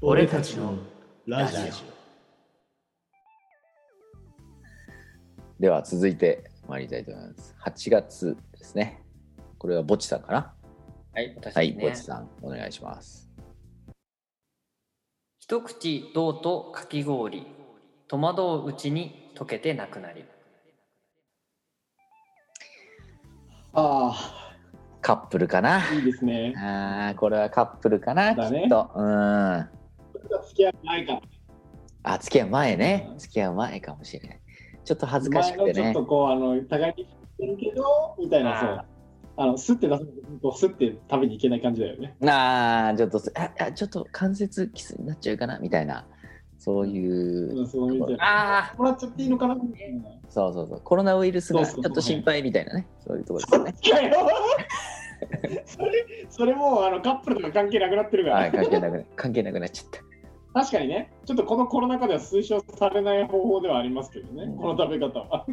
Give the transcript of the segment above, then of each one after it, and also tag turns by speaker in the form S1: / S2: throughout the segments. S1: 俺たちのラジ
S2: では続いて参りたいと思います。8月ですね。これはぼっちさんかな、
S3: はい、私
S2: はい、
S3: です
S2: ぼっ
S3: ね
S2: ち。さん、お願いします。
S3: 一口どうとかき氷。戸惑ううちに溶けてなくなり。
S1: あ
S2: カップルかな
S1: あ、いいですね。
S2: あーこれはカップルかな、
S1: だ
S2: き
S1: ね
S2: っと。うん。あ、
S1: 付き合いないか。
S2: 付き合う前ね
S1: う。ん
S2: 付き合う前かもしれない。ちょっと恥ずかしくて
S1: 前の
S2: ね
S1: ちょっ。とこう、あの、互いに聞いてるけど、みたいな、そう。あの、スッて出さないと、スッて食べに行けない感じだよね。
S2: ああ、ちょっと、ああちょっと関節キスになっちゃうかなみたいな。そういう、
S1: うん、そうみたいな。
S3: ああ、
S1: もらっちゃっていいのかなみたいな。
S2: そうそうそう。コロナウイルスが
S1: そう
S2: ち
S1: そ
S2: ょ
S1: う
S2: っと心配みたいなね。そういうところですよね。
S1: い やいやそれ、それもうあのカップルとか関係なくなってるから、
S2: はい、関係なくな関係なくなっちゃった。
S1: 確かにね、ちょっとこのコロナ禍では推奨されない方法ではありますけどね、
S2: うん
S1: この食べ方は。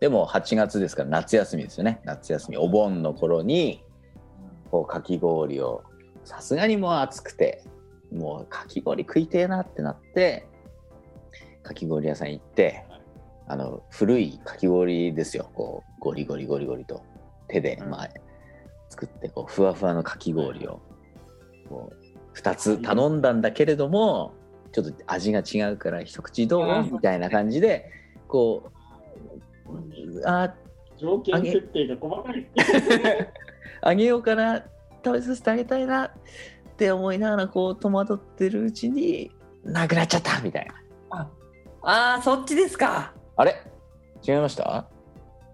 S2: でも8月ですから夏休みですよね夏休みお盆の頃にこうかき氷をさすがにもう暑くてもうかき氷食いてえなってなってかき氷屋さん行ってあの古いかき氷ですよこうゴリゴリゴリゴリと手で
S3: うん
S2: まあ作ってこうふわふわのかき氷をこう2つ頼んだんだけれどもちょっと味が違うから一口どうみたいな感じでこうあ
S1: 条件設定が細かい。
S2: あげようかな食べさせてあげたいなって思いながらこう戸惑ってるうちになくなっちゃったみたいな
S3: ああ、そっちですか。
S2: あれ違いました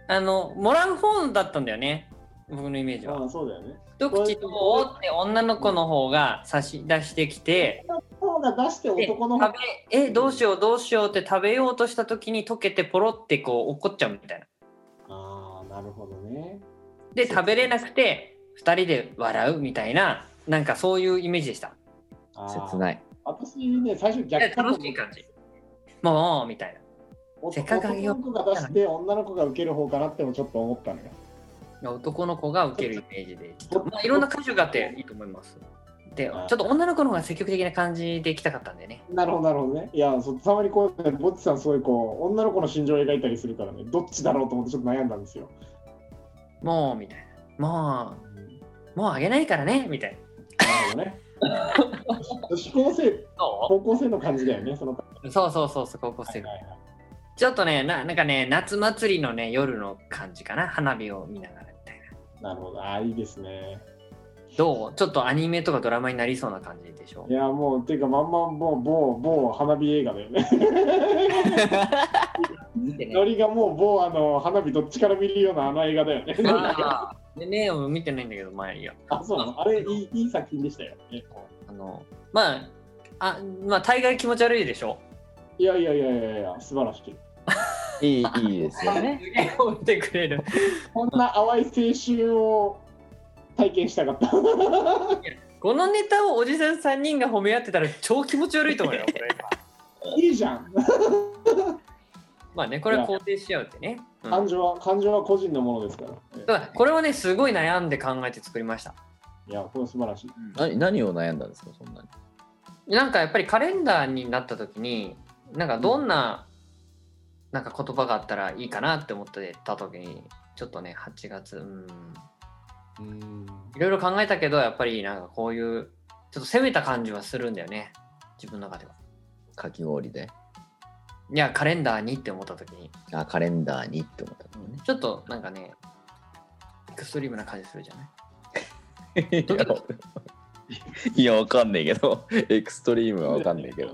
S3: あの、もらう方だったんだよね。僕のイメージは。
S1: ああ、そうだよね。
S3: 一口どうって女の子の方が差し出してきて、
S1: そうだ、出して
S3: で
S1: 男の方
S3: 食べえ、どうしようどうしようって食べようとした時に溶けてポロってこう怒っちゃうみたいな。
S1: ああ、なるほどね。
S3: で、食べれなくて、二人で笑うみたいな、なんかそういうイメージでした。
S1: あー
S2: 切ない
S1: 私ね、最初
S3: いや
S1: 逆
S3: 楽しい感じ。もう、みたいな。
S1: お
S3: せっかくあげよう
S1: 男の子が出して、女の子が受ける方かなってもちょっと思ったのよ。
S3: 男の子が受けるイメージで、ちょっとまあ、いろんな箇所があっていいと思います。で、ちょ
S1: あ
S3: っと女の子の方が積極的な感じで行きたかったんだよね。
S1: なるほど、なるほどね。いや、そうたまにこう、ぼっちさん、すごいこう、女の子の心情を描いたりするからね、どっちだろうと思ってちょっと悩んだんですよ。
S3: もう、みたいな。もう、もうあげないからね、みたいな。
S1: な るほどね。女子高生、
S3: そ
S1: 高校生の感じだよね、その感
S3: うそうそうそうそう、高校生
S1: じ。
S3: が
S1: はいはいはい
S3: ちょっとねな、なんかね、夏祭りのね、夜の感じかな。花火を見ながらみたいな。
S1: なるほど、ああ、いいですね。
S3: どうちょっとアニメとかドラマになりそうな感じでしょ
S1: い。や、もう、ていうか、まんま、もう、某、某花火映画だよね。
S3: でね
S1: ノリがもう、某、あの、花火どっちから見るようなあの映画だ よね。
S3: まあ、でね、見てないんだけど、まあいいや。
S1: あ、そうなのあれ、いい、いい作品でしたよね。
S3: あの、まあ、あまあ、大概気持ち悪いでしょ。
S1: いやいやいやいやいや、素晴らしい。
S2: いいいいですよ ね
S3: すげえ思ってくれる。
S1: こんな淡い青春を体験したかった。
S3: このネタをおじさん3人が褒め合ってたら超気持ち悪いと 思うよ、これ。
S1: いいじゃん。
S3: まあね、これは肯定し合うってね。うん
S1: 感情は、感情は個人のものですから。
S3: だからこれはね、すごい悩んで考えて作りました。
S1: いや、これ素晴らしい。
S2: 何何を悩んだんですかそんなに
S3: なんかやっぱりカレンダーになった時に、なんかどんな、なんか言葉があったらいいかなって思ってた時に、ちょっとね、8月、うん、いろいろ考えたけど、やっぱりなんかこういう、ちょっと攻めた感じはするんだよね、自分の中では。
S2: かき氷で
S3: いや、カレンダーにって思った時に、
S2: あカレンダーにって思ったの ね
S3: ちょっとなんかね、エクストリームな感じするじゃない
S2: いやいやわかんないけどエクストリームはわかんないけど。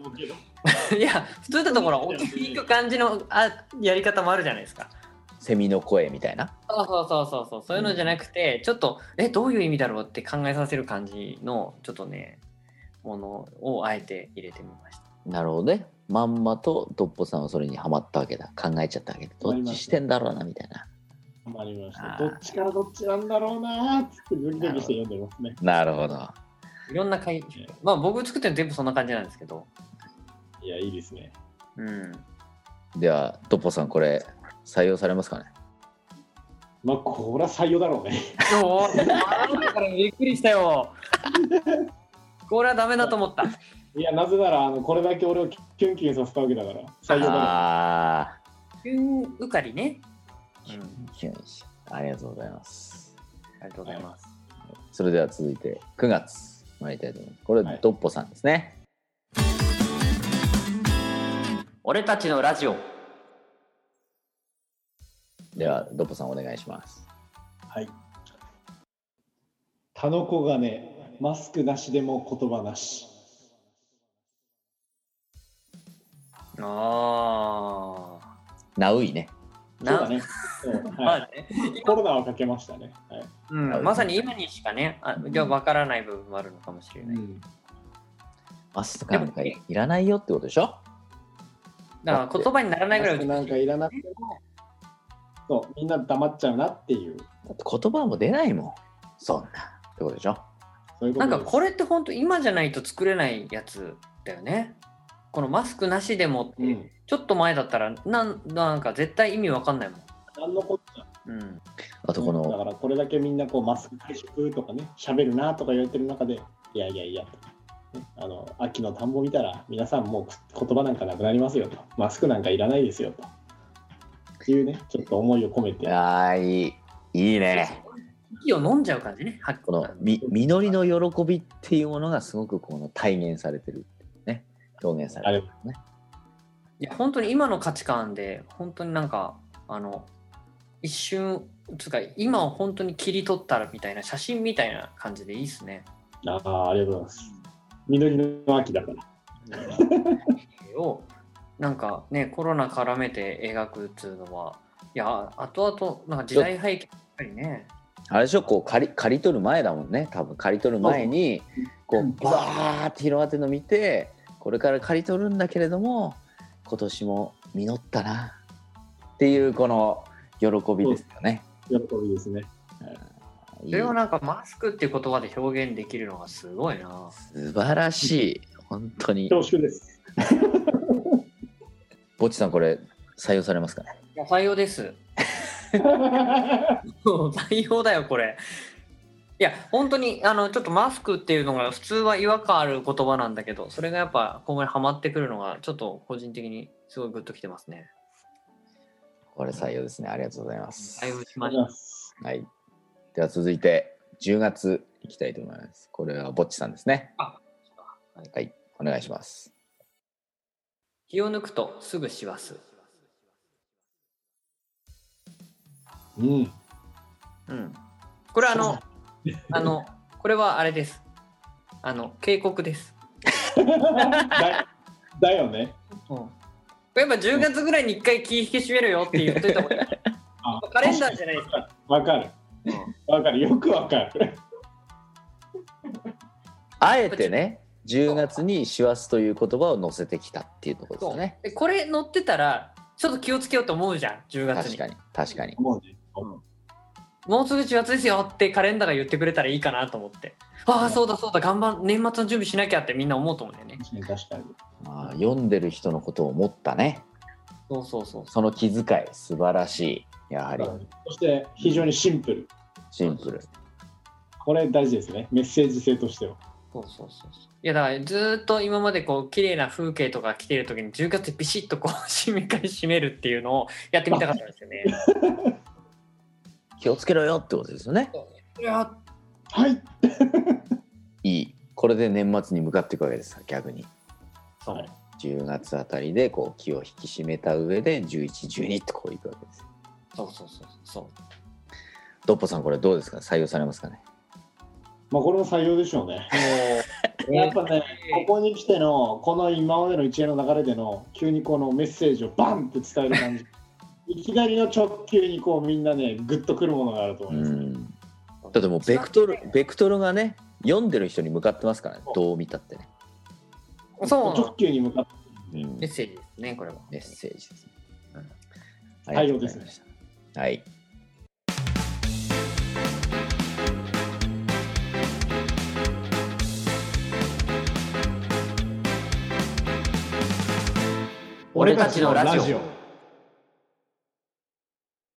S3: いや、普通だところ、落ちていく感じのあやり方もあるじゃないですか。
S2: セミの声みたいな
S3: そうそうそうそうそう、そういうのじゃなくて、ちょっと、え、どういう意味だろうって考えさせる感じの、ちょっとね、ものをあえて入れてみました。
S2: なるほどねまんまとドッポさんはそれにはまったわけだ考えちゃったわけだどっちしてんだろうなみたいな
S1: 困りまし
S2: あ
S1: た。
S2: ー
S1: どっちからどっちなんだろうなーっつってドキドキして読んでますね。
S2: なるほど
S3: いろんな回、まあ僕作ってるの全部そんな感じなんですけど、
S1: いや、いいですね。
S3: うん。
S2: ではトッポさんこれ採用されますかね
S1: まあ、これは採用だろうね。
S3: そう、だからびっくりしたよ。これはダメだと思った。
S1: いや、なぜなら、あのこれだけ俺をキュンキュンさせたわけだから、採用だ
S2: あ
S3: キュンうかりね。うん。
S2: ーキュンしありがとうございます
S3: ありがとうございます。
S2: それでは続いて9月参りたいと思いますこれ、
S1: はい
S2: ドッポさんですね
S3: 俺たちのラジオ。
S2: ではドッポさんお願いします
S1: はい。タノコがね、マスクなしでも言葉なし。
S3: ああ。
S2: ナウイね
S1: そうだ
S3: な、
S1: ね。そう
S3: ま
S1: は
S3: あ
S1: い、
S3: ね、
S1: コロナはかけましたね。はい。
S3: うん、まさに今にしかね、あ、じゃ、わからない部分もあるのかもしれない。
S2: マスクなんかいいらないよってことでしょ
S3: だから、言葉にならないぐらい
S1: マスクなんかいらなくても、そう、みんな黙っちゃうなっていう、
S2: だって言葉も出ないもんそんなってことでしょ
S1: そういうこ
S3: な
S1: と
S3: ん
S1: です
S3: かこれって本当今じゃないと作れないやつだよね。このマスクなしでもって、
S1: うん、
S3: ちょっと前だったらなんなんか絶対意味わかんないもん。
S1: 何のこっちゃ。
S3: うん、
S2: あとこの、
S1: だからこれだけみんなこうマスク会食とかね、喋るなとか言われてる中で、いやいやいやとかね、あの秋の田んぼ見たら、皆さんもう言葉なんかなくなりますよと、マスクなんかいらないですよと。っていうね、ちょっと思いを込めて、
S2: あーいいいいね
S3: 息を飲んじゃう感じね。は
S2: このみ実りの喜びっていうものがすごくこの体現されてるね表現されてるね
S3: いや本当に今の価値観で本当になんかあの一瞬つうか今を本当に切り取ったらみたいな写真みたいな感じでいいっすね。
S1: ああ、ありがとうございます。緑の秋だから。
S3: を なんかねコロナ絡めて描くっていうのはいや後々なんか時代背景やっぱりね。
S2: あれでしょこう刈り刈り取る前だもんね多分刈り取る前にこ
S1: うん
S2: うバーって広がってるの見てこれから刈り取るんだけれども今年も実ったなっていうこの喜びですよね。
S1: 喜びですね。
S2: いい
S3: それをなんかマスクっていう言葉で表現できるのがすごいな。
S2: 素晴らしい本当に
S1: 恐縮です。
S2: ぼっちさんこれ採用されますかね
S3: いや採用 です。採用だよこれ。いや本当にあのちょっとマスクっていうのが普通は違和感ある言葉なんだけどそれがやっぱここにはまってくるのがちょっと個人的にすごいグッときてますね。
S2: これ採用ですねありがとうございます
S3: 採用しまし
S1: ありがとうござい
S3: た。
S1: ます
S2: はい。では続いて10月いきたいと思います。これはぼっちさんですね。
S3: あ
S2: はい、お願いします。
S3: 気を抜くとすぐ師走。
S1: うん。
S3: うん。これあの あのこれはあれです。あの警告です。
S1: だだよね。
S3: これやっぱ10月ぐらいに1回気引き締めるよって言っといた 方がいい。
S1: あ
S3: カレンダーじゃないですか。
S1: わかる。わかる。よくわかる。
S2: あえてね、10月に師走という言葉を載せてきたっていうところです
S3: そ
S2: よ
S3: う
S2: ね。
S3: でこれ乗ってたらちょっと気をつけようと思うじゃん10月
S2: 確
S3: に
S2: かに、確かに。
S1: もうね。
S3: もうすぐ10月ですよってカレンダーが言ってくれたらいいかなと思ってああそうだそうだ頑張ん年末の準備しなきゃってみんな思うと思うんだよね
S1: 確かに確かに。
S2: まあ、読んでる人のことを思ったね。
S3: そうそうそう
S2: その気遣い、素晴らしい。やはり
S1: そして非常にシンプル。
S2: シンプル。
S1: これ大事ですね。メッセージ性としては。
S3: そうそうそうそういやだからずーっと今までこう綺麗な風景とか来てる時に10月でビシッとこう締め返締めるっていうのをやってみたかったんですよね
S2: 気をつけろよってことですよね。
S3: いや
S1: はい。
S2: いい。これで年末に向かっていくわけです、逆に。
S3: そう、
S1: はい
S2: 10月あたりでこう気を引き締めた上で11、12ってこういくわけです。
S3: そうそうそう そう
S2: ドッポさんこれどうですか採用されますかね
S1: まあこれも採用でしょうね。
S3: もう
S1: やっぱね、ここに来ての、この今までの一連の流れでの、急にこのメッセージをバンって伝える 感じ。いきなりの直球にこうみんなね、グッとくるものがあると思います。
S2: だってもうベクトルベクトルがね読んでる人に向かってますからねどう見たってね、
S3: そう
S1: 直球に向かって、
S3: メッセージですねこれは
S2: メッセージですね、
S1: ん
S2: ありがとうございましたはい
S3: 俺たちのラジオ。